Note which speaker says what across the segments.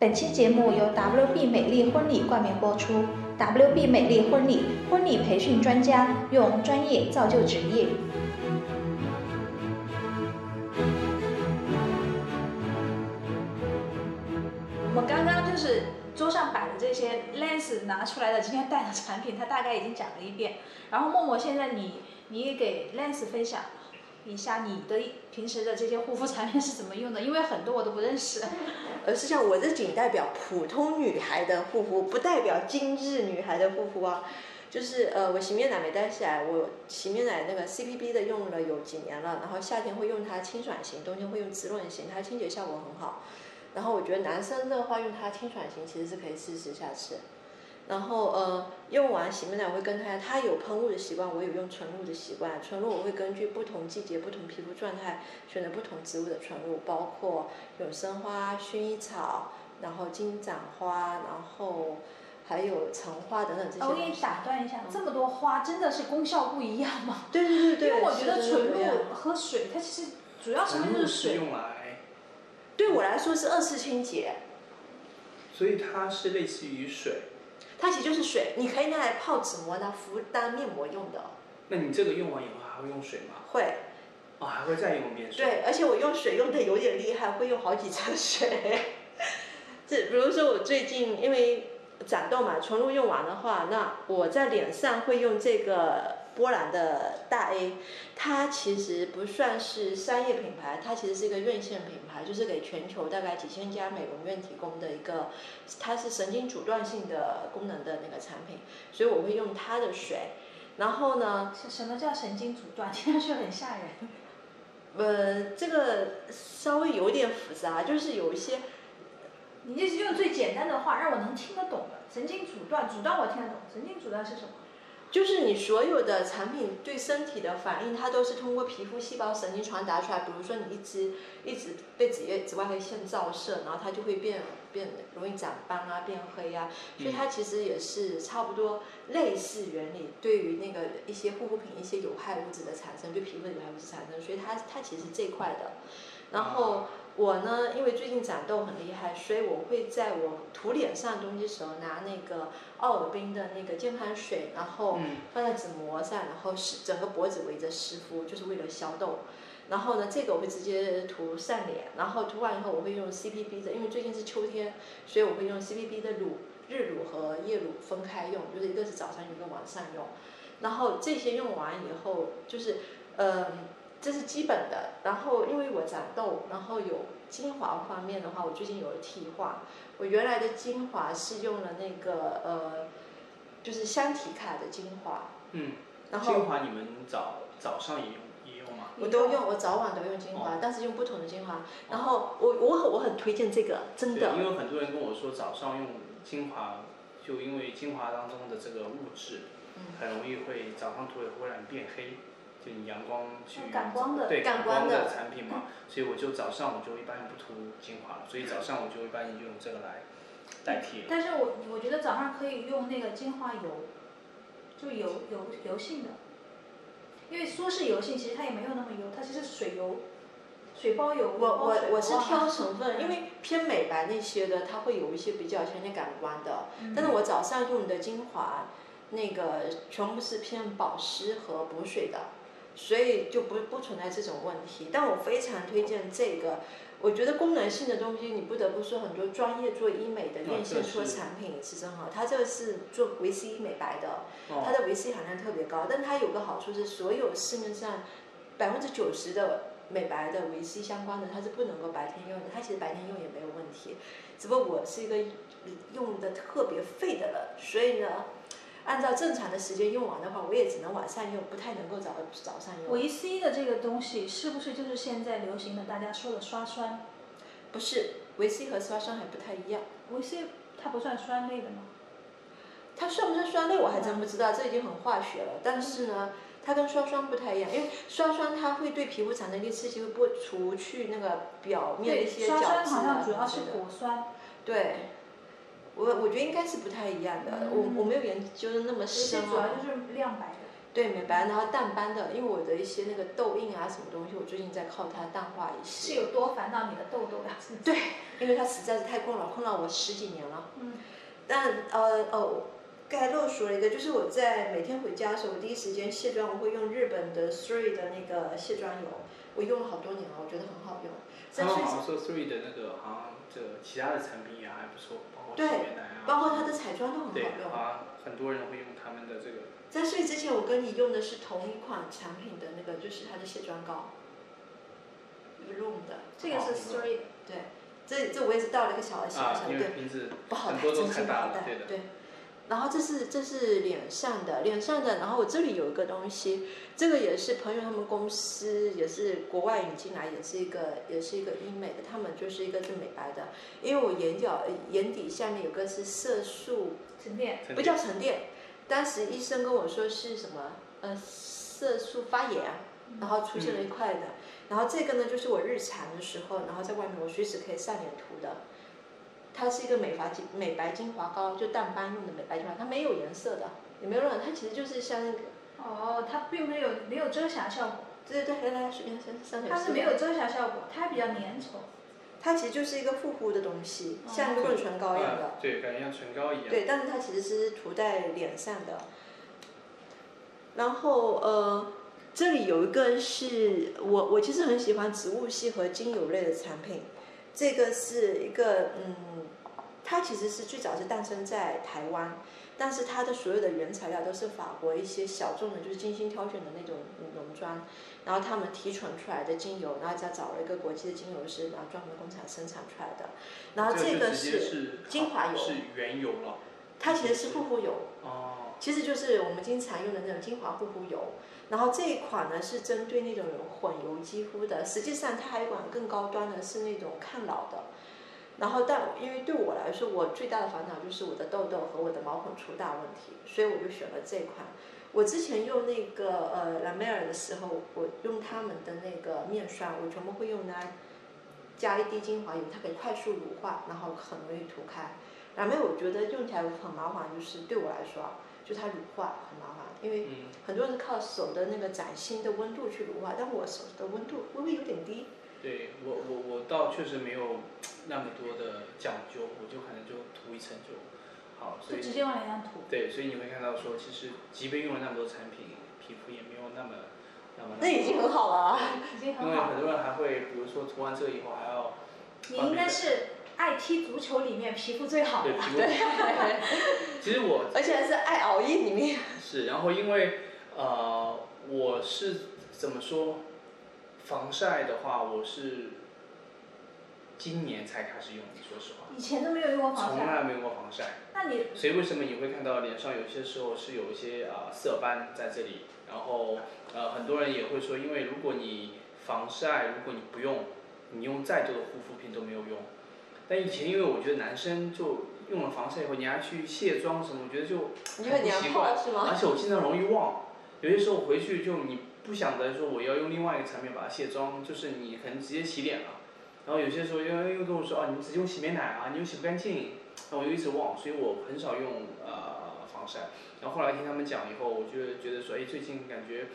Speaker 1: 本期节目由 WB 美丽婚礼冠名播出。WB 美丽婚礼婚礼培训专家，用专业造就职业。我刚刚就是桌上摆的这些 Lens 拿出来的今天带的产品，它大概已经讲了一遍。然后默默，现在你你也给 Lens 分享一下你的平时的这些护肤产品是怎么用的，因为很多我都不认识。
Speaker 2: 而是像我这仅代表普通女孩的护肤，不代表精致女孩的护肤啊。就是呃，我洗面奶没带起来，我洗面奶那个 CPB 的用了有几年了，然后夏天会用它清爽型，冬天会用滋润型，它清洁效果很好。然后我觉得男生的话用它清爽型其实是可以试试下次。然后呃，用完洗面奶我会跟它，它有喷雾的习惯，我有用纯露的习惯。纯露我会根据不同季节、不同皮肤状态选择不同植物的纯露，包括永生花、薰衣草，然后金盏花，然后还有橙花等等这些
Speaker 1: 哦我
Speaker 2: 东
Speaker 1: 给你
Speaker 2: 西。
Speaker 1: 打断一下，这么多花真的是功效不一样吗？
Speaker 2: 对对 对对，
Speaker 1: 因为我觉得
Speaker 2: 是真
Speaker 1: 纯
Speaker 2: 的不一样
Speaker 1: 露和水，它其实主要成分就
Speaker 3: 露
Speaker 1: 是水。
Speaker 3: 用来，
Speaker 2: 对我来说是二次清洁，
Speaker 3: 所以它是类似于水。
Speaker 2: 它其实就是水，你可以拿来泡纸膜、拿敷当面膜用的。
Speaker 3: 那你这个用完以后还会用水吗？
Speaker 2: 会，
Speaker 3: 哦，还会再用一遍水？
Speaker 2: 对，而且我用水用的有点厉害，会用好几层水。 这比如说我最近因为长痘嘛，纯露用完的话，那我在脸上会用这个波兰的大 A，它其实不算是商业品牌，它其实是一个院线品牌，就是给全球大概几千家美容院提供的一个，它是神经阻断性的功能的那个产品，所以我会用它的水。然后呢，
Speaker 1: 什什么叫啊神经阻断？ 听上去很吓人。
Speaker 2: 呃，这个稍微有点复杂，就是有一些
Speaker 1: 你就是用最简单的话让我能听得懂的。神经阻断，阻断我听得懂，神经阻断是什么？
Speaker 2: 就是你所有的产品对身体的反应，它都是通过皮肤细胞神经传达出来。比如说你一直一直被紫外紫外线照射，然后它就会变变容易长斑啊，变黑啊。所以它其实也是差不多类似原理，对于那个一些护肤品一些有害物质的产生，对皮肤的有害物质产生，所以它它其实这一块的。然后我呢，因为最近长痘很厉害，所以我会在我涂脸上的东西时候拿那个奥尔滨的那个键盘水，然后
Speaker 3: 嗯，
Speaker 2: 放在纸膜上，然后是整个脖子围着湿敷，就是为了消痘。然后呢，这个我会直接涂上脸，然后涂完以后我会用 CPB 的，因为最近是秋天，所以我会用 CPB 的乳、日乳和夜乳分开用，就是一个是早上用，一个晚上用。然后这些用完以后，就是，嗯、这是基本的。然后因为我长痘，然后有精华方面的话，我最近有了替换。我原来的精华是用了那个呃，就是香缇卡的精华，
Speaker 3: 嗯，
Speaker 2: 然后
Speaker 3: 精华你们早早上也用也用吗？
Speaker 2: 我都用，我早晚都用精华，但是用不同的精华。然后我我很我很推荐这个，真的
Speaker 3: 对，因为很多人跟我说早上用精华，就因为精华当中的这个物质，
Speaker 2: 嗯
Speaker 3: 很容易会早上涂了会让你变黑，就你阳光去
Speaker 1: 用感光的
Speaker 3: 对
Speaker 2: 嗯感
Speaker 3: 感
Speaker 2: 光的
Speaker 3: 的产品嘛，所以我就早上我就一般不涂精华了，所以早上我就一般用这个来代替了。
Speaker 1: 但是我我觉得早上可以用那个精华油，就油油油性的，因为说是油性，其实它也没有那么油，它其实是水油，水包油。
Speaker 2: 我我
Speaker 1: 包水
Speaker 2: 我是
Speaker 1: 包
Speaker 2: 挑成分，因为偏美白那些的，它会有一些比较强烈感光的。
Speaker 1: 嗯
Speaker 2: 但是我早上用的精华，那个全部是偏保湿和补水的，所以就不不存在这种问题。但我非常推荐这个，我觉得功能性的东西，你不得不说很多专业做医美的
Speaker 3: 嗯
Speaker 2: 院线
Speaker 3: 这是
Speaker 2: 做产品是真好，它这个是做维 C 美白的，它
Speaker 3: 哦，
Speaker 2: 的维 C 含量特别高，但它有个好处是，所有市面上百分之九十的美白的维 C 相关的，它是不能够白天用的，它其实白天用也没有问题。只不过我是一个用的特别废的人，所以呢，按照正常的时间用完的话，我也只能晚上用，不太能够早早上用。
Speaker 1: 维 C 的这个东西是不是就是现在流行的大家说的刷酸？
Speaker 2: 不是维 C 和刷酸还不太一样，
Speaker 1: 维 C 它不算酸类的吗？
Speaker 2: 它算不算酸类我还
Speaker 1: 嗯
Speaker 2: 真不知道，这已经很化学了。但是呢，它跟刷酸不太一样，因为刷酸它会对皮肤产生一些刺激，会不除去那个表面的一
Speaker 1: 对，
Speaker 2: 些
Speaker 1: 刷
Speaker 2: 角
Speaker 1: 酸
Speaker 2: 质
Speaker 1: 好
Speaker 2: 啊
Speaker 1: 像主要
Speaker 2: 什
Speaker 1: 是
Speaker 2: 么的
Speaker 1: 果酸，
Speaker 2: 对，我我觉得应该是不太一样的，我我没有研究的那么
Speaker 1: 维 C
Speaker 2: 深
Speaker 1: 嗯主要
Speaker 2: 啊。
Speaker 1: 就是亮白的。
Speaker 2: 对美白，然后淡斑的，因为我的一些那个痘印啊什么东西，我最近在靠它淡化一
Speaker 1: 是
Speaker 2: 些。
Speaker 1: 有多烦恼你的痘痘呀？
Speaker 2: 对，因为它实在是太困扰，困扰我十几年了。
Speaker 1: 嗯
Speaker 2: 但呃哦，刚才漏说了一个，就是我在每天回家的时候，我第一时间卸妆，我会用日本的 Three 的那个卸妆油，我用了好多年了，我觉得很好用。
Speaker 3: 他
Speaker 2: 甚
Speaker 3: 们
Speaker 2: 至
Speaker 3: 好像啊说 Three 的那个好像这个其他的产品也还不错，包括洗
Speaker 2: 对
Speaker 3: 面奶啊，
Speaker 2: 包括它的彩妆都很好
Speaker 3: 对，
Speaker 2: 用。
Speaker 3: 好像很多人会用他们的这个，
Speaker 2: 在睡之前，我跟你用的是同一款产品的那个，就是它的卸妆膏，Room 的。
Speaker 1: 这个是 three，
Speaker 2: 对，这这我也是倒了一个小的小
Speaker 3: 啊
Speaker 2: 小，
Speaker 3: 因
Speaker 2: 对
Speaker 3: 为，瓶子
Speaker 2: 不好带，
Speaker 3: 很多都
Speaker 2: 真
Speaker 3: 太
Speaker 2: 心不
Speaker 3: 大
Speaker 2: 好
Speaker 3: 了，
Speaker 2: 带
Speaker 3: 对的。。
Speaker 2: 对。然后这是这是脸上的，脸上的。然后我这里有一个东西，这个也是朋友他们公司也是国外引进来，也是一个也是一个医美的，他们就是一个是美白的。因为我眼角呃眼底下面有个是色素，
Speaker 1: 沉淀，
Speaker 3: 沉淀
Speaker 2: 不叫沉淀，当时医生跟我说是什么呃色素发炎，
Speaker 1: 哦嗯
Speaker 2: 然后出现了一块的。然后这个呢，就是我日常的时候，然后在外面我随时可以上脸涂的。它是一个美发精美白精华膏，就淡斑用的美白精华，它没有颜色的，也没有任何，它其实就是像那个，
Speaker 1: 哦，它并没有没有遮瑕效果，
Speaker 2: 对对对，来来，随便上上脸
Speaker 1: 它是
Speaker 2: 试
Speaker 1: 没有遮瑕效果，它比较粘稠。
Speaker 2: 它其实就是一个护肤的东西，像润唇膏一样的，
Speaker 3: 啊对，感觉像唇膏一样。
Speaker 2: 对，但是它其实是涂在脸上的。然后呃，这里有一个是我我其实很喜欢植物系和精油类的产品，这个是一个嗯，它其实是最早是诞生在台湾，但是它的所有的原材料都是法国一些小众的，就是精心挑选的那种农庄，然后他们提纯出来的精油，然后再找了一个国际的精油师，然后专门工厂生产出来的，然后
Speaker 3: 这
Speaker 2: 这个
Speaker 3: 就直接
Speaker 2: 是
Speaker 3: 是
Speaker 2: 精华油
Speaker 3: 是原油了。
Speaker 2: 它其实是护肤油。
Speaker 3: 哦，
Speaker 2: 其实就是我们经常用的那种精华护肤油。然后这一款呢是针对那种有混油肌肤的，实际上它还有一款更高端的是那种抗老的。然后但因为对我来说，我最大的烦恼就是我的痘痘和我的毛孔出大问题，所以我就选了这款。我之前用那个呃兰梅尔的时候，我用他们的那个面霜，我全部会用来加一滴精华油，它可以快速乳化，然后很容易涂开。兰梅尔我觉得用起来很麻烦，就是对我来说啊，就它乳化很麻烦，因为
Speaker 3: 嗯，
Speaker 2: 很多人靠手的那个掌心的温度去乳化，但我手的温度微微有点低。
Speaker 3: 对我我我倒确实没有那么多的讲究，我就可能就涂一层就好，所
Speaker 1: 就
Speaker 3: 以
Speaker 1: 直接往脸上涂。
Speaker 3: 对，所以你会看到说，其实即便用了那么多产品，皮肤也没有那么那么。
Speaker 2: 那已经很好了 啊。
Speaker 1: 已经
Speaker 3: 因
Speaker 1: 很
Speaker 3: 为
Speaker 1: 好
Speaker 3: 很
Speaker 1: 了。
Speaker 3: 多人还会，比如说涂完这个以后还要，
Speaker 1: 你应该是爱踢足球里面皮肤最好
Speaker 3: 对
Speaker 1: 的。
Speaker 3: 皮肤。其实我
Speaker 2: 而且还是爱熬夜里面。
Speaker 3: 是，然后因为呃，我是怎么说，防晒的话，我是今年才开始用的，说实话，
Speaker 1: 以前都没有用过防
Speaker 3: 从
Speaker 1: 晒，
Speaker 3: 来没有过防晒，
Speaker 1: 那你
Speaker 3: 所以为什么你会看到脸上有些时候是有一些啊、呃色斑在这里，然后呃，很多人也会说，因为如果你防晒，如果你不用，你用再多的护肤品都没有用。但以前因为我觉得男生就用了防晒以后，你还去卸妆什么，我觉得就
Speaker 2: 你很娘炮是吗？
Speaker 3: 而且我经常容易忘，有些时候回去就你不想着说我要用另外一个产品把它卸妆，就是你可能直接洗脸了。然后有些时候又又跟我说啊，你只用洗面奶啊，你又洗不干净，那我就一直忘，所以我很少用呃防晒。然后后来听他们讲以后，我就觉得说，哎，最近感觉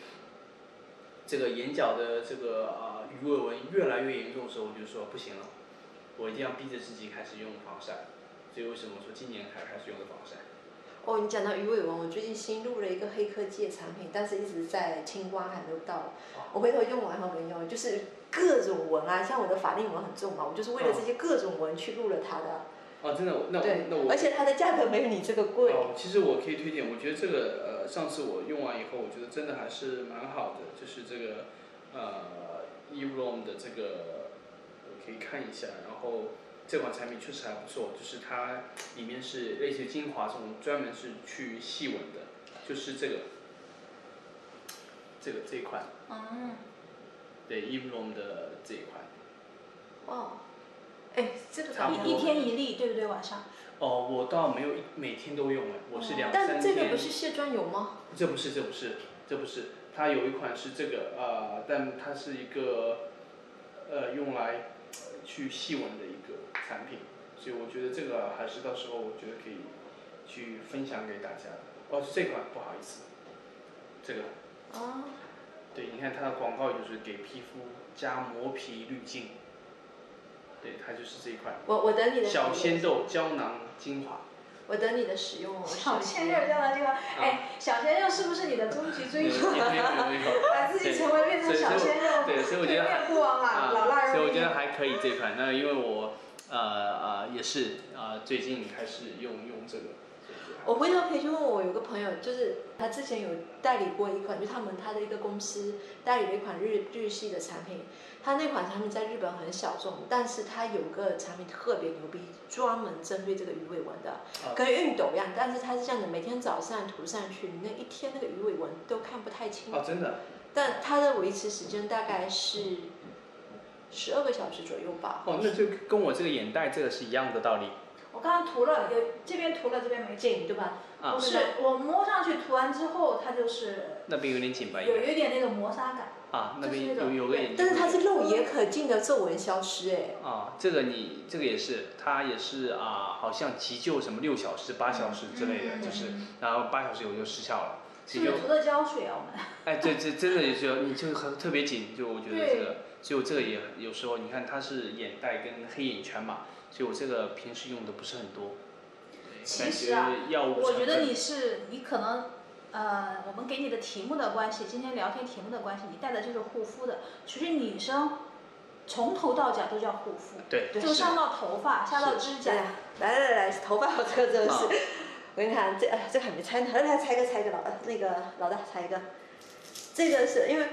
Speaker 3: 这个眼角的这个啊、鱼尾纹越来越严重的时候，我就说不行了，我一定要逼着自己开始用防晒。所以为什么说今年才开始用的防晒？
Speaker 2: 哦，你讲到鱼尾纹，我最近新入了一个黑科技的产品，但是一直在清光还没有到。我回头用完还没用，就是各种纹啊，像我的法令纹很重嘛，我就是为了这些各种纹去入了它的。
Speaker 3: 哦，真的，那我
Speaker 2: 对
Speaker 3: 那我，
Speaker 2: 而且它的价格没有你这个贵。
Speaker 3: 哦，其实我可以推荐，我觉得这个呃，上次我用完以后，我觉得真的还是蛮好的，就是这个呃 e v l o m 的这个，我可以看一下，然后这款产品确实还不错，就是它里面是类似于精华这种专门是去细纹的，就是这个这个这一款，
Speaker 1: 嗯，
Speaker 3: 对 e v l o m 的这一款。
Speaker 2: 哦，哎，这个
Speaker 3: 差不多
Speaker 1: 一一天一粒，对不对？晚上
Speaker 3: 哦，我倒没有一每天都用哎，我是两三天。
Speaker 2: 但这个不是卸妆油吗？
Speaker 3: 这不是，这不是，这不是。它有一款是这个，呃，但它是一个，呃，用来去细纹的一个产品，所以我觉得这个还是到时候我觉得可以去分享给大家。哦，是这款，不好意思，这个
Speaker 2: 哦，
Speaker 3: 对，你看它的广告就是给皮肤加磨皮滤镜，对，它就是这一款
Speaker 2: 我我等你的
Speaker 3: 小
Speaker 2: 使用
Speaker 3: 鲜豆胶囊精华。
Speaker 2: 我等你的使用哦。
Speaker 1: 小鲜肉
Speaker 2: 是
Speaker 1: 这样的地
Speaker 3: 啊
Speaker 1: 方，哎，小鲜肉是不是你的终极追求？ 把自己成为变成小鲜肉，
Speaker 3: 对，所以我
Speaker 1: 对
Speaker 3: 觉得
Speaker 1: 面不枉啊，老腊
Speaker 3: 所以
Speaker 1: 肉
Speaker 3: 我觉
Speaker 1: 面。
Speaker 3: 得还可以这款。那因为我呃呃也是呃最近开始用用这个，所以觉得还
Speaker 2: 我回头可以去问我有个朋友，就是他之前有代理过一款，就他们他的一个公司代理了一款日日系的产品，他那款产品在日本很小众，但是他有个产品特别牛逼，专门针对这个鱼尾纹的
Speaker 3: 啊，
Speaker 2: 跟运动一样，但是它是这样的，每天早上涂上去，你那一天那个鱼尾纹都看不太清，
Speaker 3: 哦，真的
Speaker 2: 但它的维持时间大概是十二个小时左右吧。
Speaker 3: 哦，那就跟我这个眼袋这个是一样的道理。
Speaker 1: 我刚刚涂了，有这边涂了，这边没涂，
Speaker 2: 紧对吧？
Speaker 3: 啊
Speaker 1: 不是，我摸上去涂完之后，它就是
Speaker 3: 那边有点紧吧？应
Speaker 1: 有有一点那种摩擦感。
Speaker 3: 该啊，那
Speaker 1: 就是
Speaker 3: 边
Speaker 1: 那种
Speaker 3: 有有个眼睛。
Speaker 2: 但是它是肉眼可见的皱纹消失，哎，
Speaker 3: 啊，这个你这个也是，它也是啊，好像急救什么六小时、八小时之类的，
Speaker 1: 嗯
Speaker 3: 就是然后八小时我就失效了，
Speaker 1: 是
Speaker 3: 急
Speaker 1: 不
Speaker 3: 救
Speaker 1: 是涂的胶水啊？我们
Speaker 3: 哎，对，这真的就是你就很特别紧，就我觉得
Speaker 1: 对
Speaker 3: 这个，就这个也有时候你看它是眼袋跟黑眼圈嘛，所以我这个平时用的不是很多。
Speaker 1: 其实啊
Speaker 3: 感觉药物
Speaker 1: 我觉
Speaker 3: 成
Speaker 1: 得
Speaker 3: 分
Speaker 1: 你是你可能，呃，我们给你的题目的关系，今天聊天题目的关系，你带的就是护肤的。其实女生从头到脚都叫护肤，
Speaker 3: 对，
Speaker 1: 就是上到头发，下到指甲
Speaker 2: 对，啊来来来，头发我这个真的是，我跟你看，这哎这还没猜呢，来来猜一个猜一个老那个老大猜一个，这个是因为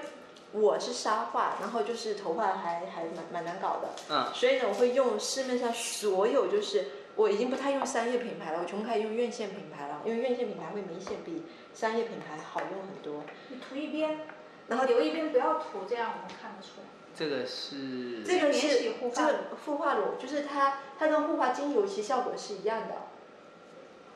Speaker 2: 我是沙发，然后就是头发还还蛮蛮难搞的，
Speaker 3: 嗯，
Speaker 2: 所以呢我会用市面上所有就是我已经不太用商业品牌了，我全部开始用院线品牌了，因为院线品牌会明显比商业品牌好用很多。
Speaker 1: 你涂一边，
Speaker 2: 然后
Speaker 1: 留一边不要涂，这样我们看得出来。
Speaker 3: 这个是
Speaker 2: 这个
Speaker 1: 免
Speaker 2: 是
Speaker 1: 洗护
Speaker 2: 这
Speaker 1: 发
Speaker 2: 个护发乳，就是它它跟护发精油其效果是一样的。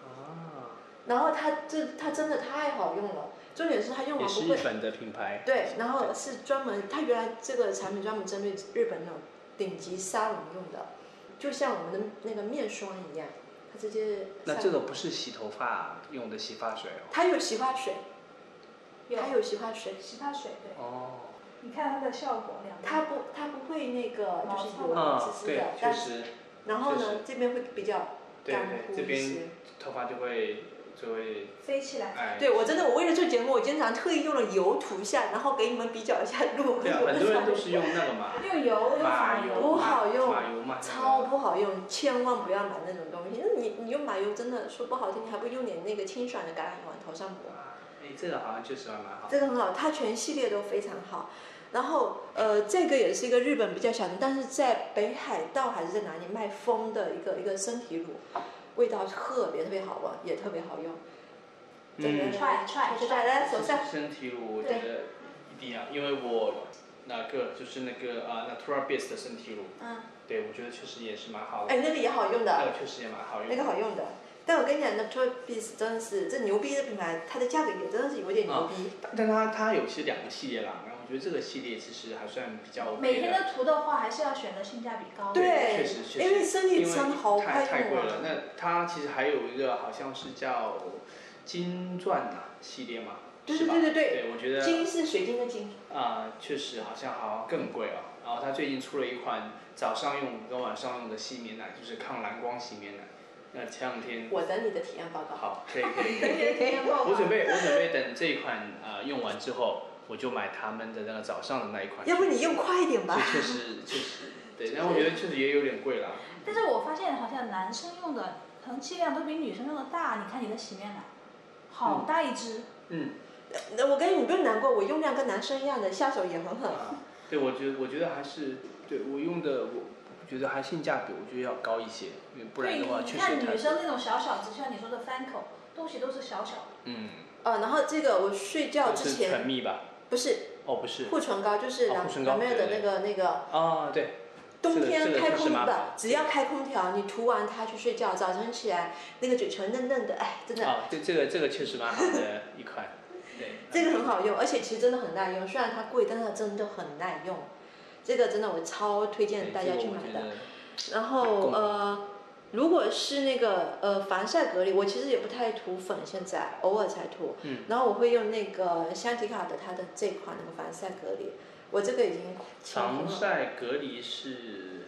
Speaker 3: 啊，
Speaker 2: 然后它这它真的太好用了，重点是它用完
Speaker 3: 也
Speaker 2: 不
Speaker 3: 是
Speaker 2: 会
Speaker 3: 日本的品牌。
Speaker 2: 对，然后是专门它原来这个产品专门针对日本那种顶级沙龙用的，就像我们的那个面霜一样，它直接
Speaker 3: 那
Speaker 2: 上
Speaker 3: 这个不是洗头发用的洗发水哦。
Speaker 2: 它有洗发水，
Speaker 1: 有
Speaker 2: 它有洗发水，
Speaker 1: 洗发水，对，
Speaker 3: 哦，
Speaker 1: 你看它的效果，两边
Speaker 2: 它不它不会那个就是
Speaker 1: 毛
Speaker 2: 油
Speaker 1: 嗯
Speaker 2: 油
Speaker 3: 啊，
Speaker 2: 滋滋
Speaker 3: 对
Speaker 2: 的，，
Speaker 3: 确
Speaker 2: 但是
Speaker 3: 实，
Speaker 2: 然后
Speaker 3: 确
Speaker 2: 呢这边会比较
Speaker 3: 对
Speaker 2: 干
Speaker 3: 对，
Speaker 2: 枯
Speaker 3: 这
Speaker 2: 一些
Speaker 3: 边。头发就会就会
Speaker 1: 飞起来。
Speaker 3: 哎。
Speaker 2: 对，我真的，我为了做节目，我经常特意用了油涂一下，然后给你们比较一下路。
Speaker 3: 对啊，很多人都是用嗯那个嘛，
Speaker 1: 用油，用
Speaker 3: 马
Speaker 1: 发
Speaker 3: 油，
Speaker 2: 不
Speaker 1: 油，
Speaker 2: 好用
Speaker 3: 马油嘛，
Speaker 2: 超不好用，千万不要买那种东西。那你你用马油真的说不好听，你还不如用点那个清爽的橄榄往头上抹，
Speaker 3: 哎，这个好像确实还蛮好。
Speaker 2: 这个很好，它全系列都非常好。然后呃，这个也是一个日本比较小的，但是在北海道还是在哪里卖风的一个一个身体乳，味道特别特别好闻，也特别好用。真的
Speaker 3: 嗯
Speaker 2: 是
Speaker 1: 踹踹
Speaker 2: 就是大家手上
Speaker 3: 身体乳我觉得一定要，因为我那个就是那个啊、Natura Base 的身体乳，
Speaker 1: 嗯，
Speaker 3: 对我觉得确实也是蛮好的，
Speaker 2: 哎，那个也好用的
Speaker 3: 那，个确实也蛮好用
Speaker 2: 那
Speaker 3: 的。
Speaker 2: 个好用的。但我跟你讲，Natura Beast 真的是这牛逼的品牌，它的价格也真的是有点牛逼。
Speaker 3: 但但它它有其实两个系列啦，然后我觉得这个系列其实还算比较嗯
Speaker 1: 每
Speaker 3: OK
Speaker 1: 天
Speaker 3: 的。
Speaker 1: 都涂的话，还是要选择性价比高的。
Speaker 2: 对，
Speaker 3: 确实确实
Speaker 2: 因为身体
Speaker 3: 因为
Speaker 2: 真的好
Speaker 3: 太
Speaker 2: 快
Speaker 3: 太贵
Speaker 2: 用
Speaker 3: 了
Speaker 2: 啊，。
Speaker 3: 那它其实还有一个好像是叫金钻呐、系列嘛，
Speaker 2: 对
Speaker 3: 是吧
Speaker 2: 对对对
Speaker 3: 对，我觉得
Speaker 2: 金是水晶的金，
Speaker 3: 啊、确实好像好像更贵哦。然后它最近出了一款早上用跟晚上用的洗面奶，就是抗蓝光洗面奶。那前两天
Speaker 2: 我等你的体验报告。
Speaker 3: 好，可以可以。可以我
Speaker 1: 我
Speaker 3: 准备我准备等这一款啊、用完之后，我就买他们的那个早上的那一款。
Speaker 2: 要不你用快一点
Speaker 3: 这
Speaker 2: 吧。
Speaker 3: 确实确实对，然后我觉得确实也有点贵了。
Speaker 1: 但是我发现好像男生用的可能剂量都比女生用的大。你看你的洗面奶，好大一支，
Speaker 3: 嗯
Speaker 2: 那我跟你你不用难过，我用量跟男生一样的，下手也很狠。
Speaker 3: 啊，对，我觉得我觉得还是对我用的，我觉得还性价比，我觉得要高一些，因为不
Speaker 1: 对
Speaker 3: 然
Speaker 1: 你
Speaker 3: 的话
Speaker 1: 你
Speaker 3: 确
Speaker 1: 看
Speaker 3: 实
Speaker 1: 女
Speaker 3: 太
Speaker 1: 生那种小小支，像你说的翻口，东西都是小小的，
Speaker 3: 嗯，
Speaker 2: 呃，然后这个我睡觉
Speaker 3: 这
Speaker 2: 之
Speaker 3: 是
Speaker 2: 前
Speaker 3: 唇蜜吧？
Speaker 2: 不是
Speaker 3: 哦，不是
Speaker 2: 护唇膏，就是
Speaker 3: 哦
Speaker 2: 蓝
Speaker 3: 护唇膏
Speaker 2: 蓝妹儿的
Speaker 3: 对
Speaker 2: 那个那个，
Speaker 3: 啊，对。
Speaker 2: 冬
Speaker 3: 这
Speaker 2: 天
Speaker 3: 个
Speaker 2: 开
Speaker 3: 这个确实
Speaker 2: 空
Speaker 3: 麻
Speaker 2: 的
Speaker 3: 烦，
Speaker 2: 只要开空调，你涂完它去睡觉，早晨起来那个嘴唇嫩嫩的，哎，真的。
Speaker 3: 啊，这这个这个确实蛮好的一款，对，
Speaker 2: 这个很好用，而且其实真的很耐用。虽然它贵，但是它真的很耐用。这个真的我超推
Speaker 3: 对，
Speaker 2: 荐大家去
Speaker 3: 这个我
Speaker 2: 买
Speaker 3: 觉
Speaker 2: 的。
Speaker 3: 得
Speaker 2: 然后
Speaker 3: 共鸣
Speaker 2: 呃，如果是那个呃防晒隔离，我其实也不太涂粉，现在偶尔才涂。
Speaker 3: 嗯。
Speaker 2: 然后我会用那个香缇卡的它的这款那个防晒隔离，我这个已经清
Speaker 3: 防
Speaker 2: 空了，
Speaker 3: 晒隔离是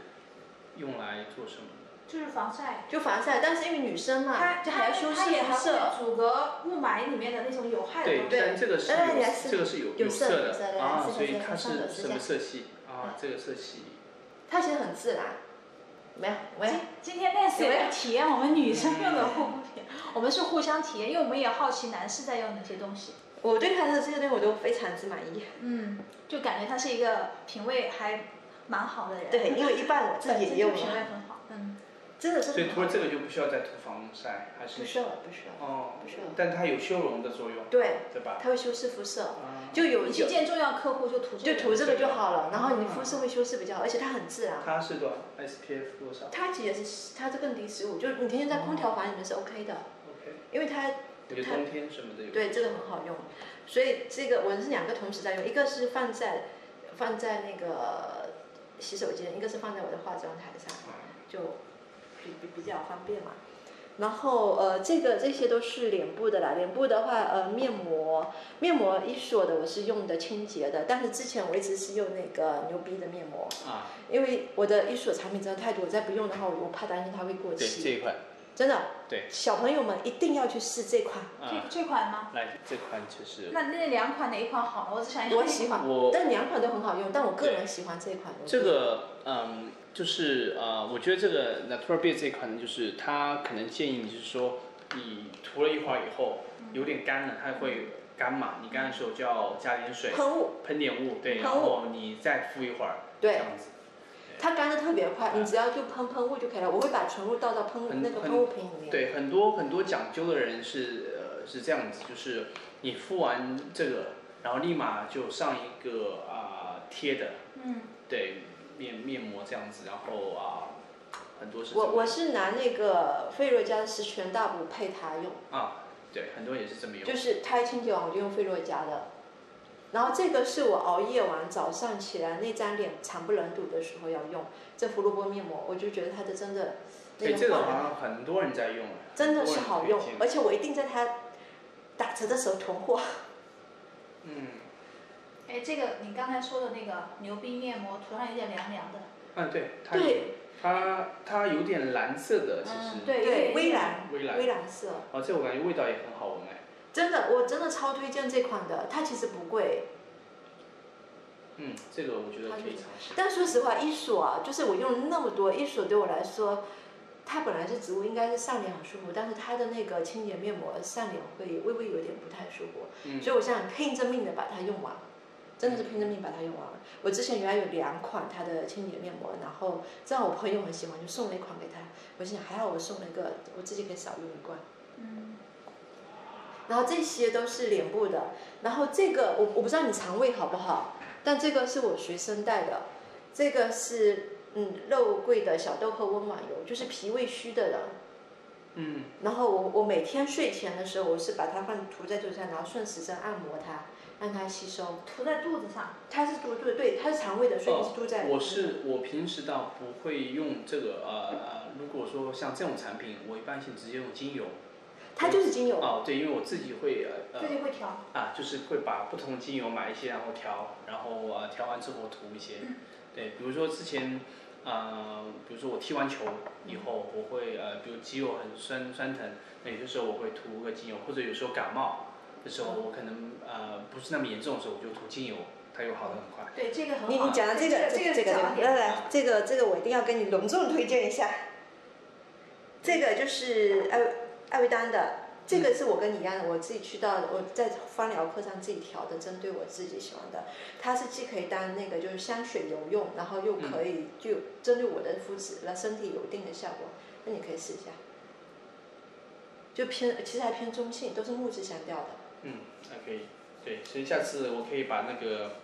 Speaker 3: 用来做什么的？
Speaker 1: 就是防晒。
Speaker 2: 就防晒，但是因为女生嘛，
Speaker 1: 它
Speaker 2: 就
Speaker 1: 它
Speaker 2: 还要修
Speaker 1: 它
Speaker 2: 饰
Speaker 1: 也
Speaker 2: 颜
Speaker 1: 还
Speaker 2: 色。
Speaker 1: 会阻隔雾霾里面的那种有害的东，
Speaker 3: 对
Speaker 1: 西。
Speaker 3: 但这个是
Speaker 2: 哎
Speaker 3: 有
Speaker 2: 来是
Speaker 3: 这个是有
Speaker 2: 有色
Speaker 3: 色
Speaker 2: 有色
Speaker 3: 的
Speaker 2: 的嗯
Speaker 3: 啊，
Speaker 2: 来是
Speaker 3: 所以
Speaker 2: 是
Speaker 3: 它
Speaker 2: 是上
Speaker 3: 是
Speaker 2: 手是
Speaker 3: 什
Speaker 2: 这
Speaker 3: 么
Speaker 2: 样
Speaker 3: 色系啊？这个色系
Speaker 2: 它其实很自然，没有没有
Speaker 1: 今，今天 Ness 也在体验我们女生用
Speaker 3: 嗯
Speaker 1: 的护肤品，我们是互相体验，因为我们也好奇男士在用哪些东西。
Speaker 2: 我对它的这些东西我都非常之满 意。
Speaker 1: 嗯，就感觉他是一个品味还蛮好的人。
Speaker 2: 对，因 为一般我自
Speaker 1: 本
Speaker 2: 己也
Speaker 1: 身就
Speaker 2: 用
Speaker 1: 品味
Speaker 2: 了，
Speaker 1: 很好。嗯，
Speaker 2: 真的
Speaker 3: 所以
Speaker 2: 真的
Speaker 3: 涂
Speaker 2: 很
Speaker 3: 了
Speaker 2: 好。
Speaker 3: 这个就不需要再涂防晒，还是
Speaker 2: 不需要了，不需要了，
Speaker 3: 哦
Speaker 2: 不需要了，
Speaker 3: 但它有修容的作用，
Speaker 2: 对，
Speaker 3: 对吧？
Speaker 2: 它会修饰肤色，
Speaker 3: 啊
Speaker 2: 就有
Speaker 1: 你
Speaker 2: 一
Speaker 1: 去
Speaker 2: 些
Speaker 1: 见重要客户就涂这
Speaker 2: 就
Speaker 1: 个。
Speaker 2: 涂这个就好了，然后你
Speaker 3: 嗯
Speaker 2: 肤色会修饰比较好，而且它很自然。
Speaker 3: 啊它是多少？SPF 多少
Speaker 2: 它其实是它这更低十五，就是你天天在空调房里面是 OK 的，
Speaker 3: ？OK，
Speaker 2: 因为它
Speaker 3: 有
Speaker 2: 它
Speaker 3: 冬天什么的有。
Speaker 2: 对这个很好用，所以这个我是两个同时在用，一个是放在放在那个洗手间，一个是放在我的化妆台上，
Speaker 3: 啊
Speaker 2: 就比比比较方便嘛。然后呃，这个这些都是脸部的啦，脸部的话呃面膜，面膜一说的我是用的清洁的，但是之前我一直是用那个牛逼的面膜，
Speaker 3: 啊，
Speaker 2: 因为我的一所产品真的太多，我再不用的话，我怕担心它会过
Speaker 3: 对这
Speaker 2: 期。
Speaker 3: 一块，
Speaker 2: 真的，
Speaker 3: 对
Speaker 2: 小朋友们一定要去试这款，
Speaker 1: 这
Speaker 3: 啊，
Speaker 1: 这款吗？
Speaker 3: 来这款就是
Speaker 1: 那那两款哪一款好呢？我只想要
Speaker 2: 我喜欢，
Speaker 3: 哎我
Speaker 2: 但两款都很好用，但我个人喜欢这一款。
Speaker 3: 这个，嗯，就是呃，我觉得这个 Natura b e a 这款呢，就是它可能建议你是说，你涂了一会儿以后有点干了，它会干嘛？你干的时候就要加点水，
Speaker 2: 喷雾，
Speaker 3: 喷点雾，对，
Speaker 2: 喷雾
Speaker 3: 然后你再敷一会儿，这
Speaker 2: 对，
Speaker 3: 样子，
Speaker 2: 它干的特别快，
Speaker 3: 嗯
Speaker 2: 你只要就喷喷雾就可以了。我会把纯露倒到喷雾
Speaker 3: 很
Speaker 2: 那个
Speaker 3: 很
Speaker 2: 喷雾瓶里面。
Speaker 3: 对，很多很多讲究的人是呃是这样子，就是你敷完这个，然后立马就上一个啊、贴的，
Speaker 1: 嗯，
Speaker 3: 对，面面膜这样子，然后啊、很多是这
Speaker 2: 我
Speaker 3: 么
Speaker 2: 我是拿那个菲若嘉的十全大补配它用，
Speaker 3: 啊，对，很多也是这么用。
Speaker 2: 就是它清洁完我就用菲若嘉的。然后这个是我熬夜完早上起来那张脸惨不忍睹的时候要用，这胡萝卜面膜，我就觉得它的真的那
Speaker 3: 对，哎这
Speaker 2: 个
Speaker 3: 个
Speaker 2: 焕
Speaker 3: 好
Speaker 2: 然
Speaker 3: 像很多人在用，啊
Speaker 2: 真的是好用
Speaker 3: 很多人推，荐
Speaker 2: 而且我一定在它打折的时候囤货。
Speaker 3: 嗯，
Speaker 1: 哎，这个你刚才说的那个牛逼面膜，涂上有点凉凉的。
Speaker 3: 嗯，对，它有
Speaker 2: 对
Speaker 3: 它它有点蓝色的，其
Speaker 1: 嗯
Speaker 3: 实，
Speaker 1: 对
Speaker 2: 对，微蓝
Speaker 3: 微蓝，
Speaker 2: 微蓝色，
Speaker 3: 哦，这我感觉味道也很好闻哎，
Speaker 2: 真的我真的超推荐这款的，它其实不贵，
Speaker 3: 嗯，这个我觉得
Speaker 2: 它
Speaker 3: 可以
Speaker 2: 就是
Speaker 3: 尝试。
Speaker 2: 但说实话，一所啊，就是我用了那么多，一所对我来说，它本来是植物，应该是上脸很舒服，但是它的那个清洁面膜上脸会微微有点不太舒服，
Speaker 3: 嗯，
Speaker 2: 所以我想拼着命的把它用完，真的是拼着命把它用完了。我之前原来有两款它的清洁面膜，然后正好我朋友很喜欢，就送了一款给他，我心想还好我送了一个，我自己可以少用一罐。
Speaker 1: 嗯，
Speaker 2: 然后这些都是脸部的，然后这个我我不知道你肠胃好不好，但这个是我随身带的，这个是嗯肉桂的小豆蔻温婉油，就是脾胃虚的人。
Speaker 3: 嗯，
Speaker 2: 然后我我每天睡前的时候，我是把它放涂在肚子上，然后顺时针按摩它，让它吸收。
Speaker 1: 涂在肚子上。
Speaker 2: 它是涂对对，它是肠胃的，所以
Speaker 3: 哦
Speaker 2: 是涂在、
Speaker 3: 我是我平时倒不会用这个呃呃，如果说像这种产品，我一般性直接用精油。
Speaker 2: 它就是精油，
Speaker 3: 哦，对，因为我自己会呃
Speaker 1: 自
Speaker 3: 呃
Speaker 1: 己会调。
Speaker 3: 啊，就是会把不同的精油买一些，然后调，然后呃调完之后涂一些。
Speaker 2: 嗯
Speaker 3: 对，比如说之前，呃，比如说我踢完球以后，我会呃，比如肌肉很酸酸疼，那有些时候我会涂个精油，或者有时候感冒的时候，
Speaker 2: 嗯
Speaker 3: 我可能呃不是那么严重的时候，我就涂精油，它又好的很快。
Speaker 1: 对，这个很好。
Speaker 2: 你你讲的这个
Speaker 1: 这
Speaker 2: 这
Speaker 1: 个
Speaker 2: 个这个
Speaker 1: 早一
Speaker 2: 来
Speaker 1: 点。
Speaker 2: 来来，这个这个我一定要跟你隆重推荐一下。这个就是艾薇艾薇丹的，这个是我跟你一样的，我自己去到我在芳疗课上自己调的，针对我自己喜欢的。它是既可以当那个就是香水油用，然后又可以就针对我的肤质那身体有一定的效果，那你可以试一下。就偏其实还偏中性，都是木质香调的。
Speaker 3: 嗯，还可以。对，所以下次我可以把那个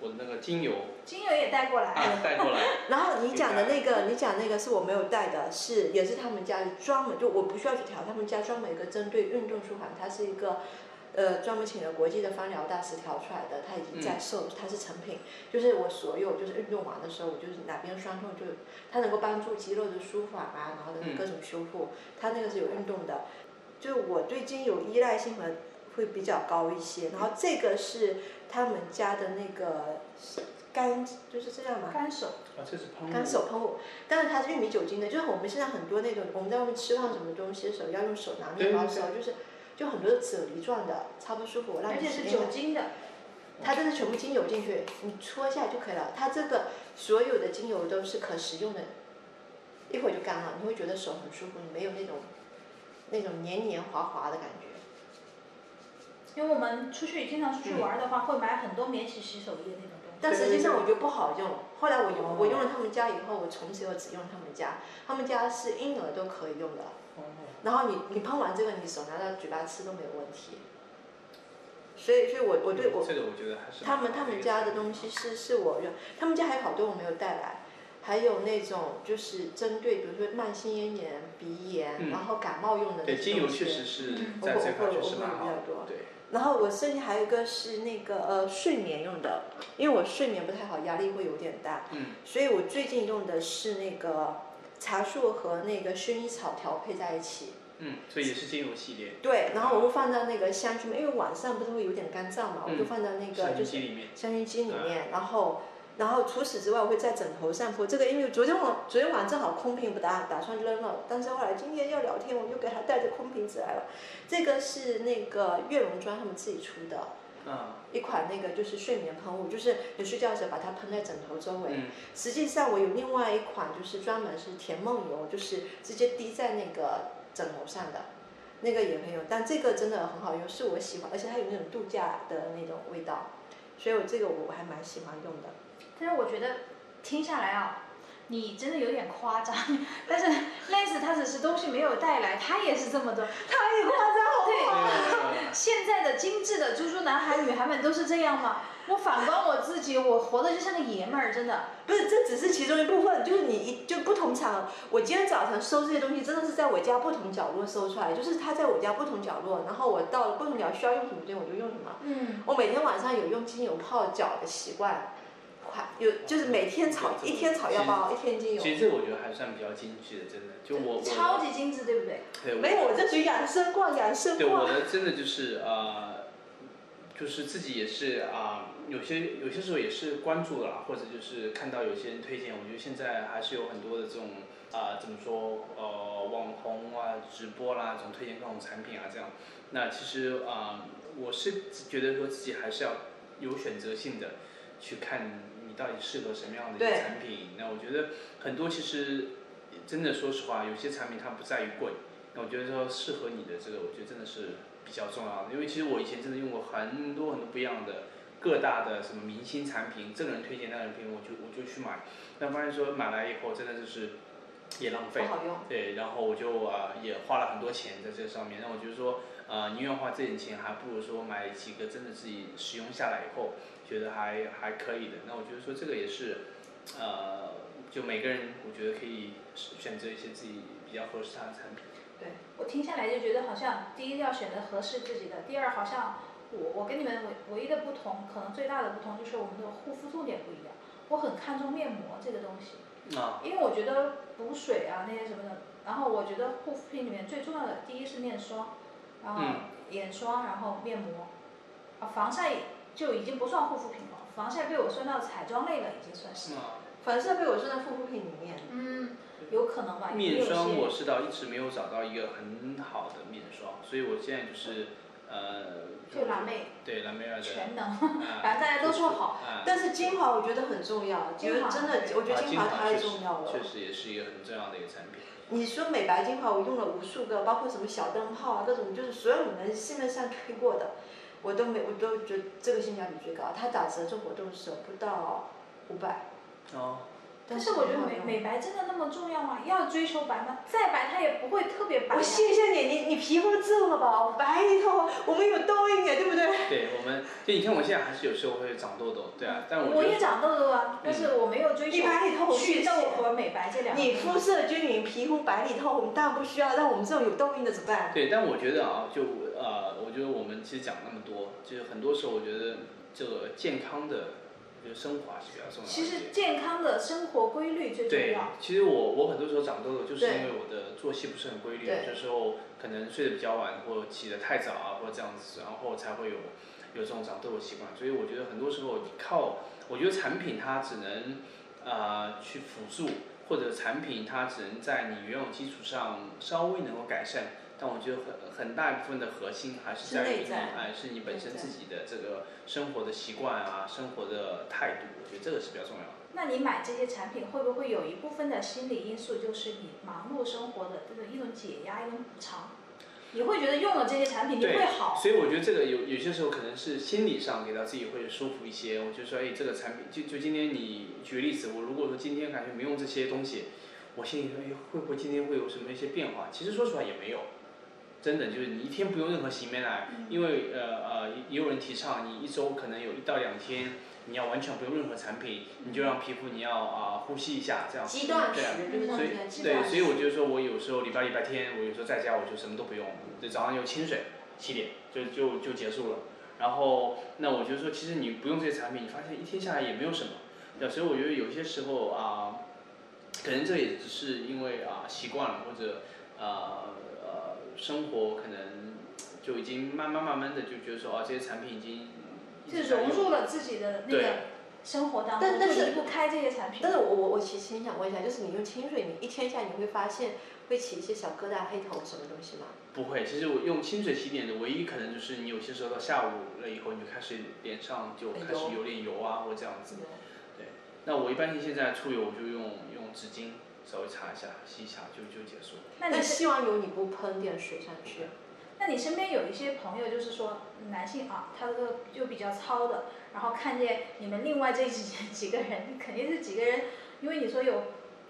Speaker 3: 我的那个精油
Speaker 1: 精油也带过来。
Speaker 3: 啊带过来。
Speaker 2: 然后你讲的那个，你讲那个是我没有带的，是也是他们家专门就我不需要去调，他们家专门有一个针对运动舒缓，它是一个呃，专门请了国际的芳疗大师调出来的，它已经在售，它是成品。就是我所有就是运动完的时候，我就是哪边酸痛就，它能够帮助肌肉的舒缓啊，然后
Speaker 3: 嗯
Speaker 2: 的各种修复，它那个是有运动的。就我对精油依赖性和会比较高一些，然后这个是他们家的那个干，就是这样嘛，
Speaker 1: 干手，
Speaker 3: 啊，这是喷雾。
Speaker 2: 干手喷雾，但是它是玉米酒精的，就是我们现在很多那种我们在外面吃饭什么东西的时候要用手拿面包的时候，就是就很多的啫喱状的，超不舒服，让
Speaker 1: 而
Speaker 2: 你
Speaker 1: 且是
Speaker 2: 体验
Speaker 1: 酒
Speaker 2: 感
Speaker 1: 精的，
Speaker 2: 它这是全部精油进去，你搓一下就可以了。它这个所有的精油都是可食用的，一会儿就干了，你会觉得手很舒服，你没有那种那种黏黏滑滑的感觉。
Speaker 1: 因为我们出去经常出去
Speaker 3: 嗯
Speaker 1: 玩的话，会买很多免洗洗手液那种东西。
Speaker 2: 但实际上我觉
Speaker 3: 对
Speaker 2: 得不好用。后来我用、
Speaker 3: 哦
Speaker 2: 我用了他们家以后，我从此以后只用他们家，他们家是婴儿都可以用的。
Speaker 3: 哦
Speaker 2: 然后你你喷完这个，你手拿到嘴巴吃都没有问题。所以，所以我我对我
Speaker 3: 这个我觉得还是
Speaker 2: 他们他们家的东西是是我用，他们家还有好多我没有带来，还有那种就是针对比如说慢性咽炎、鼻炎，
Speaker 3: 嗯
Speaker 2: 然后感冒用的那
Speaker 3: 对
Speaker 2: 些
Speaker 3: 精油
Speaker 2: 东
Speaker 3: 确
Speaker 2: 西
Speaker 3: 实是
Speaker 1: 嗯
Speaker 3: 在这
Speaker 2: 我
Speaker 3: 块
Speaker 2: 会
Speaker 3: 确
Speaker 2: 我
Speaker 3: 实
Speaker 2: 会
Speaker 3: 蛮好
Speaker 2: 比较
Speaker 3: 的
Speaker 2: 多，
Speaker 3: 对，
Speaker 2: 然后我甚至还有一个是那个呃睡眠用的，因为我睡眠不太好，压力会有点大，
Speaker 3: 嗯，
Speaker 2: 所以我最近用的是那个茶树和那个薰衣草调配在一起。
Speaker 3: 嗯，所以也是精油系列，
Speaker 2: 对，然后我会放到那个香薰，因为晚上不是会有点干燥嘛，
Speaker 3: 嗯
Speaker 2: 我就放到那个
Speaker 3: 香
Speaker 2: 就是
Speaker 3: 薰机里面，
Speaker 2: 香薰机里面，然后然后除此之外，我会在枕头上铺这个，因为昨天晚昨天晚上正好空瓶不打打算扔了，但是后来今天要聊天，我就给他带着空瓶子来了。这个是那个悦榕庄他们自己出的
Speaker 3: 啊，
Speaker 2: 一款那个就是睡眠喷雾，就是你睡觉的时候把它喷在枕头周围，
Speaker 3: 嗯，
Speaker 2: 实际上我有另外一款，就是专门是甜梦油，就是直接滴在那个枕头上的，那个也很有，但这个真的很好用，是我喜欢，而且它有那种度假的那种味道，所以我这个我还蛮喜欢用的。
Speaker 1: 但是我觉得听下来啊，你真的有点夸张。 但是 Lance 他只是东西没有带来，他也是这么多，他也夸张，
Speaker 2: 哦
Speaker 1: 好不好？
Speaker 3: 对
Speaker 1: 现在的精致的猪猪男孩、女孩们都是这样吗？我反观我自己，我活的就像个爷们儿，真的。
Speaker 2: 不是，这只是其中一部分，就是你一就不同场合。我今天早上收这些东西，真的是在我家不同角落收出来，就是它在我家不同角落，然后我到了不同角需要用什么东西我就用什么。
Speaker 1: 嗯，
Speaker 2: 我每天晚上有用精油泡脚的习惯，快有就是每天炒一天炒药包，一天精油。
Speaker 3: 其实这个我觉得还算比较精致的，真的，就我我
Speaker 1: 超级精致，对不对？
Speaker 3: 对我
Speaker 2: 没有，我这属于养生挂，养生
Speaker 3: 对我
Speaker 2: 挂。
Speaker 3: 的真的就是呃，就是自己也是啊、有些有些时候也是关注了，或者就是看到有些人推荐，我觉得现在还是有很多的这种啊、怎么说呃网红啊、直播啦，这种推荐各种产品啊这样。那其实啊、我是觉得说自己还是要有选择性的去看你到底适合什么样的一个
Speaker 2: 对
Speaker 3: 产品。那我觉得很多其实真的说实话，有些产品它不在于贵。那我觉得说适合你的这个，我觉得真的是比较重要的，因为其实我以前真的用过很多很多不一样的各大的什么明星产品，这个人推荐那个人推荐，我就我就去买，但发现说买来以后真的就是也浪
Speaker 2: 不
Speaker 3: 费，
Speaker 2: 好用，
Speaker 3: 对，然后我就啊、也花了很多钱在这上面，那我觉得说呃宁愿花这点钱，还不如说买几个真的自己使用下来以后觉得还还可以的，那我觉得说这个也是呃就每个人我觉得可以选择一些自己比较合适他的产品。
Speaker 1: 我听下来就觉得好像第一要选择合适自己的，第二好像我我跟你们唯唯一的不同，可能最大的不同就是我们的护肤重点不一样。我很看重面膜这个东西，
Speaker 3: 啊，
Speaker 1: 因为我觉得补水啊那些什么的，然后我觉得护肤品里面最重要的第一是面霜，然后
Speaker 3: 嗯
Speaker 1: 眼霜，然后面膜，啊防晒就已经不算护肤品了，防晒被我算到彩妆类了，已经算是。
Speaker 3: 啊，
Speaker 2: 反射被我算在护肤品里面。
Speaker 1: 嗯，有可能吧。也
Speaker 3: 面
Speaker 1: 有
Speaker 3: 霜
Speaker 1: 些
Speaker 3: 我是到一直没有找到一个很好的面霜，所以我现在就是呃，
Speaker 1: 就蓝莓
Speaker 3: 对蓝莓儿的，
Speaker 1: 全 能，
Speaker 3: 啊
Speaker 1: 反正 大家都说好。
Speaker 3: 啊，
Speaker 2: 但是精华我觉得很重要，
Speaker 1: 精
Speaker 2: 就
Speaker 1: 华
Speaker 2: 是真的，我觉得
Speaker 3: 啊
Speaker 2: 精华太
Speaker 3: 确实
Speaker 2: 重要了
Speaker 3: 确。实也是一个很重要的一个产品。
Speaker 2: 你说美白精华，我用了无数个，包括什么小灯泡啊，各种就是所有你能市面上推过的，我都没，我都觉得这个性价比最高。它打折做活动的时候不到五百，
Speaker 3: 哦，
Speaker 1: 但是我觉得美美白真的那么重要吗？要追求白吗？再白它也不会特别白呀。
Speaker 2: 我谢谢你，你你皮肤这么薄，白里头我们有痘印啊，对不对？
Speaker 3: 对我们，就你看我现在还是有时候会长痘痘，对啊，但我
Speaker 1: 嗯我
Speaker 3: 觉
Speaker 1: 也
Speaker 3: 得
Speaker 1: 长痘痘啊，但是我没有追
Speaker 2: 你
Speaker 1: 求
Speaker 2: 白里透红
Speaker 1: 祛痘和美白这两个。
Speaker 2: 你肤色均匀，皮肤白里透红，但不需要。但我们这种有痘印的怎么办？
Speaker 3: 对，但我觉得啊，就呃，我觉得我们其实讲那么多，就是很多时候我觉得这个健康的，我觉得生活还是比较重要的。
Speaker 1: 其实健康的生活规律最重
Speaker 3: 对
Speaker 1: 要。，
Speaker 3: 其实我我很多时候长痘痘，就是
Speaker 2: 对
Speaker 3: 因为我的作息不是很规律，
Speaker 2: 对
Speaker 3: 有时候可能睡得比较晚，或起得太早啊，或者这样子，然后才会有有这种长痘的习惯。所以我觉得很多时候你靠，我觉得产品它只能呃去辅助，或者产品它只能在你原有基础上稍微能够改善，但我觉得很很大一部分的核心还是
Speaker 2: 是
Speaker 3: 在于
Speaker 2: 内
Speaker 3: 你
Speaker 2: 在
Speaker 3: 哎，是你本身
Speaker 2: 内在
Speaker 3: 自己的这个生活的习惯啊，生活的态度，我觉得这个是比较重要的。
Speaker 1: 那你买这些产品，会不会有一部分的心理因素就是你忙碌生活的这种一种解压、一种补偿？你会觉得用了这些产品你
Speaker 3: 对
Speaker 1: 会好？
Speaker 3: 所以我觉得这个有有些时候可能是心理上给到自己会舒服一些。我就说，哎，这个产品就就今天你举个例子，我如果说今天感觉没用这些东西，我心里说，哎，会不会今天会有什么一些变化？其实说实话也没有，真的就是你一天不用任何洗面奶，
Speaker 1: 嗯
Speaker 3: 因为呃呃也有人提倡你一周可能有一到两天你要完全不用任何产品，你就让皮肤你要啊、呼吸一下这样。
Speaker 2: 鸡断食
Speaker 3: 对啊，
Speaker 1: 嗯
Speaker 2: 就是
Speaker 3: 所以
Speaker 2: 这样鸡
Speaker 3: 对，
Speaker 2: 断
Speaker 3: 所以我
Speaker 2: 食
Speaker 3: 就说我有时候礼拜礼拜天，我有时候在家我就什么都不用，就早上有清水洗脸就就就结束了。然后那我就说，其实你不用这些产品，你发现一天下来也没有什么。对，所以我觉得有些时候啊、可能这也只是因为啊、习惯了，或者啊呃生活可能就已经慢慢慢慢的就觉得说啊这些产品已经一
Speaker 1: 就
Speaker 3: 直
Speaker 1: 融
Speaker 3: 在用
Speaker 1: 入了自己的那
Speaker 3: 对
Speaker 1: 个生活当
Speaker 2: 但
Speaker 1: 中，
Speaker 2: 但
Speaker 1: 就
Speaker 2: 是
Speaker 1: 离不开这些产品。
Speaker 2: 但是我我我其实很想问一下，就是你用清水，你一天下你会发现会起一些小疙瘩、黑头什么东西吗？
Speaker 3: 不会，其实我用清水洗脸的唯一可能就是你有些时候到下午了以后，你就开始脸上就开始有点油啊，或这样子。那我一般性现在出油我就用用纸巾稍微擦一下，洗一下就就结束了。
Speaker 1: 那
Speaker 2: 那
Speaker 1: 你是
Speaker 2: 希望油你不喷点水上去，
Speaker 1: 那你身边有一些朋友，就是说男性啊，他这个就比较糙的，然后看见你们另外这几几个人，肯定是几个人，因为你说有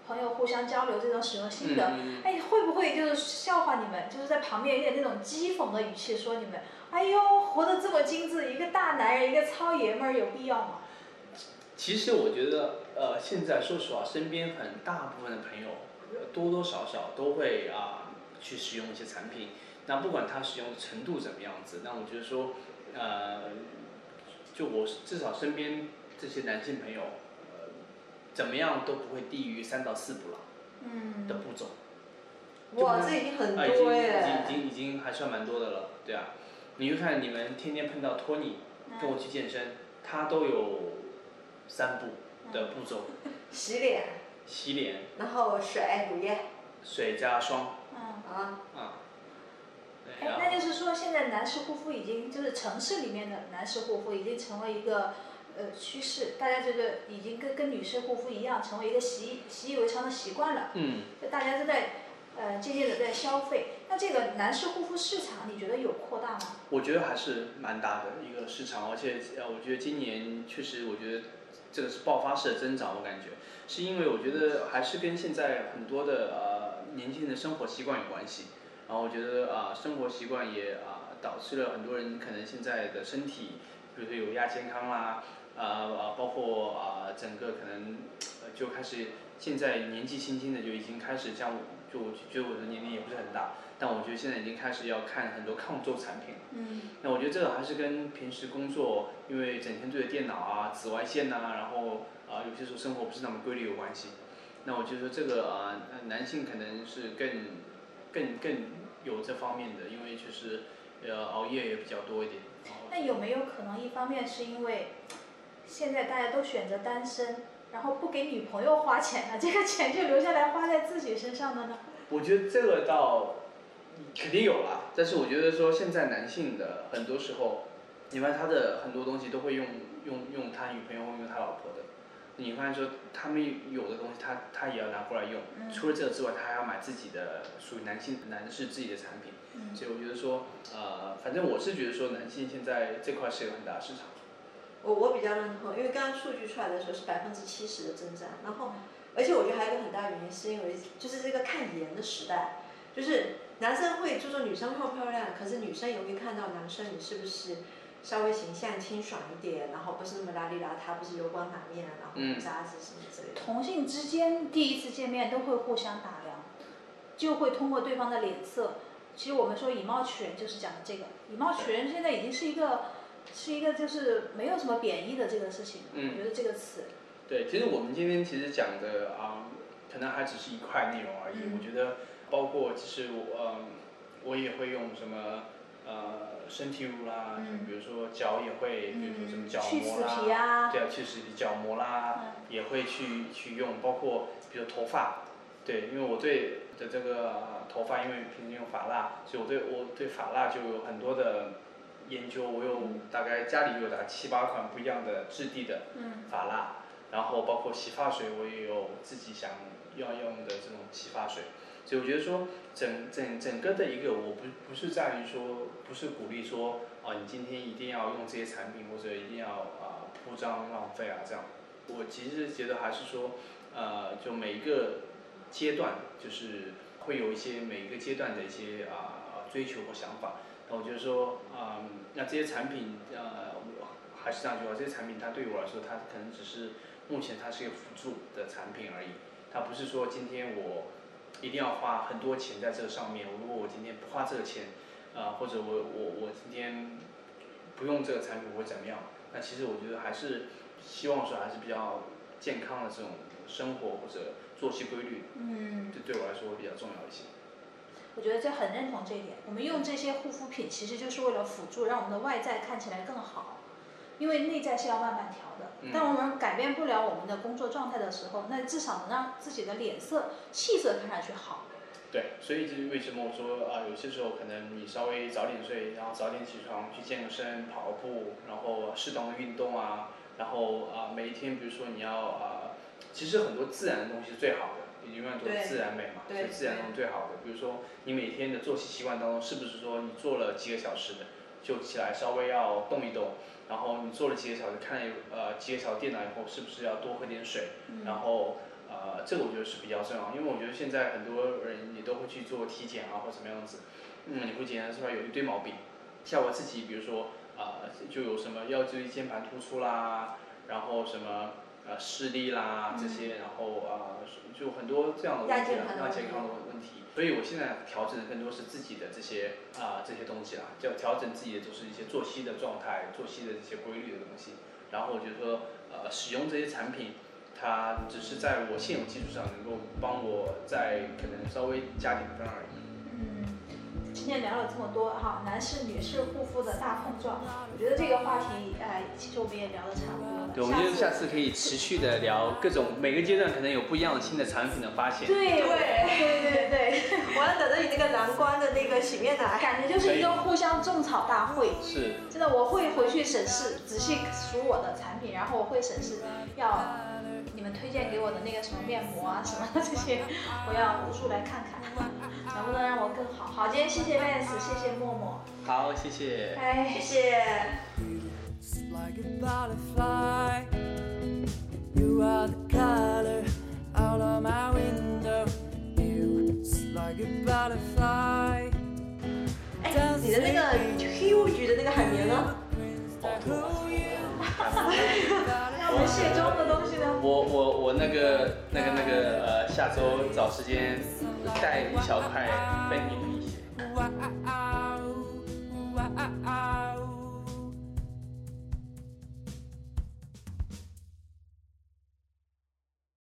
Speaker 1: 朋友互相交流这种使用心得，
Speaker 3: 嗯
Speaker 1: 哎，会不会就是笑话你们，就是在旁边有点那种讥讽的语气说你们，哎呦，活得这么精致，一个大男人，一个糙爷们儿，有必要吗？
Speaker 3: 其实我觉得，呃，现在说实话，身边很大部分的朋友，呃多多少少都会啊、去使用一些产品。那不管它使用程度怎么样子，那我觉得说，呃，就我至少身边这些男性朋友，呃，怎么样都不会低于三到四步了
Speaker 1: 嗯
Speaker 3: 的，步骤。
Speaker 2: 哇，
Speaker 3: 就
Speaker 2: 这
Speaker 3: 是
Speaker 2: 已经很
Speaker 3: 啊，已经
Speaker 2: 多
Speaker 3: 已
Speaker 2: 耶！
Speaker 3: 经已经已经还算蛮多的了，对啊。你就看你们天天碰到托尼
Speaker 2: 嗯
Speaker 3: 跟我去健身，他都有三步的步
Speaker 2: 嗯
Speaker 3: 骤：
Speaker 2: 洗脸，
Speaker 3: 洗脸、
Speaker 2: 然后水、乳液
Speaker 3: 水加霜
Speaker 1: 嗯。
Speaker 2: 啊，
Speaker 3: 啊。对，
Speaker 1: 哎，
Speaker 3: 然
Speaker 1: 那就
Speaker 3: 后
Speaker 1: 是说，现在男士护肤已经就是城市里面的男士护肤已经成为一个呃趋势，大家觉得已经跟跟女士护肤一样，成为一个习习以为常的习惯了，
Speaker 3: 嗯，
Speaker 1: 就大家都在呃渐渐的在消费。那这个男士护肤市场，你觉得有扩大吗？
Speaker 3: 我觉得还是蛮大的一个市场，而且呃，我觉得今年确实，我觉得这个是爆发式的增长，我感觉是因为我觉得还是跟现在很多的呃年轻人的生活习惯有关系，然后我觉得啊、生活习惯也啊、导致了很多人可能现在的身体，比如说有亚健康啦，啊、啊，包括啊、整个可能呃就开始现在年纪轻轻的就已经开始像我就我觉得我的年龄也不是很大，但我觉得现在已经开始要看很多抗皱产品了。
Speaker 1: 嗯，
Speaker 3: 那我觉得这个还是跟平时工作，因为整天对着电脑啊、紫外线呐、然后啊、有些时候生活不是那么规律有关系。那我就说这个啊、呃男性可能是更、更、更有这方面的，因为确实呃熬夜也比较多一点。哦然后
Speaker 1: 那有没有可能一方面是因为现在大家都选择单身，然后不给女朋友花钱了，这个钱就留下来花在自己身上的呢？
Speaker 3: 我觉得这个倒肯定有啦，但是我觉得说现在男性的很多时候，你看他的很多东西都会用用用他女朋友用他老婆的，你发现说他们有的东西他他也要拿过来用，
Speaker 1: 嗯
Speaker 3: 除了这个之外，他还要买自己的属于男性男士自己的产品，
Speaker 1: 嗯
Speaker 3: 所以我觉得说呃，反正我是觉得说男性现在这块是有很大的市场，
Speaker 2: 我我比较认同，因为刚刚数据出来的时候是百分之七十的增长，然后而且我觉得还有一个很大原因，是因为就是这个看颜的时代，就是男生会注重女生漂不漂亮，可是女生也会看到男生你是不是稍微形象清爽一点，然后不是那么邋里邋遢，不是油光满面，啊然后
Speaker 3: 嗯
Speaker 2: 不扎子什么之类的。
Speaker 1: 同性之间第一次见面都会互相打量，就会通过对方的脸色。其实我们说以貌取人就是讲的这个，以貌取人现在已经是一个是一个就是没有什么贬义的这个事情。
Speaker 3: 嗯
Speaker 1: 我觉得这个词，
Speaker 3: 对，其实我们今天其实讲的啊、可能还只是一块内容而已。
Speaker 2: 嗯
Speaker 3: 我觉得，包括其实我，嗯，我也会用什么呃身体乳啦，
Speaker 1: 嗯
Speaker 3: 就比如说脚也会，比如说什么角
Speaker 1: 去
Speaker 3: 膜
Speaker 1: 死
Speaker 3: 啦，
Speaker 1: 皮啊，嗯
Speaker 3: 对啊，去死皮角膜啦，也会去去用，包括比如头发，对，因为我对的这个呃头发，因为平时用发蜡，所以我对我对发蜡就有很多的研究，我有大概家里有大概七八款不一样的质地的
Speaker 1: 嗯
Speaker 3: 发蜡，然后包括洗发水，我也有自己想要用的这种洗发水。所以我觉得说整整整个的一个，我不不是在于说，不是鼓励说啊，你今天一定要用这些产品，或者一定要啊铺张浪费啊这样。我其实觉得还是说，呃，就每一个阶段，就是会有一些每一个阶段的一些啊、追求和想法。那我觉得说，啊、那这些产品，呃，我还是那句话，这些产品它对于我来说，它可能只是目前它是一个辅助的产品而已，它不是说今天我一定要花很多钱在这上面。如果我今天不花这个钱，啊、或者我我我今天不用这个产品我会怎么样？那其实我觉得还是希望说还是比较健康的这种生活或者作息规律，
Speaker 1: 嗯，
Speaker 3: 对对我来说会比较重要一些。
Speaker 1: 我觉得这很认同这一点。我们用这些护肤品其实就是为了辅助，让我们的外在看起来更好，因为内在是要慢慢调
Speaker 3: 嗯
Speaker 1: 的。当我们改变不了我们的工作状态的时候，那至少能让自己的脸色、气色看上去好。
Speaker 3: 对，所以就是为什么我说啊、有些时候可能你稍微早点睡，然后早点起床去健个身、跑个步，然后适当的运动啊，然后啊、每一天，比如说你要啊、其实很多自然的东西是最好的，永远都是
Speaker 2: 对
Speaker 3: 自然美嘛，
Speaker 2: 对
Speaker 3: 是自然中最好的。比如说你每天的作息习惯当中，是不是说你做了几个小时的，就起来稍微要动一动，然后你做了几个小时，看了一呃几个小时电脑以后，是不是要多喝点水？
Speaker 1: 嗯
Speaker 3: 然后呃，这个我觉得是比较重要，因为我觉得现在很多人也都会去做体检啊或怎么样子，嗯，你会检查出来有一堆毛病，像我自己，比如说啊、就有什么腰椎间盘突出啦，然后什么。呃，视力啦这些，然后啊、就很多这样的问
Speaker 2: 亚
Speaker 3: 题
Speaker 2: 健
Speaker 3: 啊，
Speaker 2: 康的
Speaker 3: 亚
Speaker 2: 问
Speaker 3: 健
Speaker 2: 题
Speaker 3: 康的问题。所以我现在调整的更多是自己的这些啊、这些东西啦，就调整自己的就是一些作息的状态、作息的这些规律的东西。然后我觉得说，呃，使用这些产品，它只是在我现有基础上能够帮我在可能稍微加点分而已。
Speaker 1: 嗯，今天聊了这么多哈，男士、女士护肤的大碰撞，我觉得这个话题，哎，其实我们也聊得差不多了。
Speaker 3: 对，我们就
Speaker 1: 次
Speaker 3: 下次可以持续的聊各种每个阶段可能有不一样的新的产品的发现。
Speaker 1: 对对对对对，
Speaker 2: 我要等着你那个蓝光的那个洗面奶。
Speaker 1: 感觉就是一个互相种草大会。
Speaker 3: 是，
Speaker 1: 真的，我会回去审视，仔细数我的产品，然后我会审视要你们推荐给我的那个什么面膜啊什么的这些，我要入来看看，能不能让我更好。好，今天谢谢 Vans，谢谢默默，
Speaker 3: 好，谢谢。
Speaker 1: 哎
Speaker 2: 谢。谢。
Speaker 4: like a butterfly. You are the color out of my window. You like a butterfly.
Speaker 2: 哎，你的那个 Q 局的那个海绵呢？
Speaker 1: 那我们卸妆的东西呢？
Speaker 3: 我我我那个那个那个呃，下周找时间带一小块分你们一些。
Speaker 4: Wow, wow.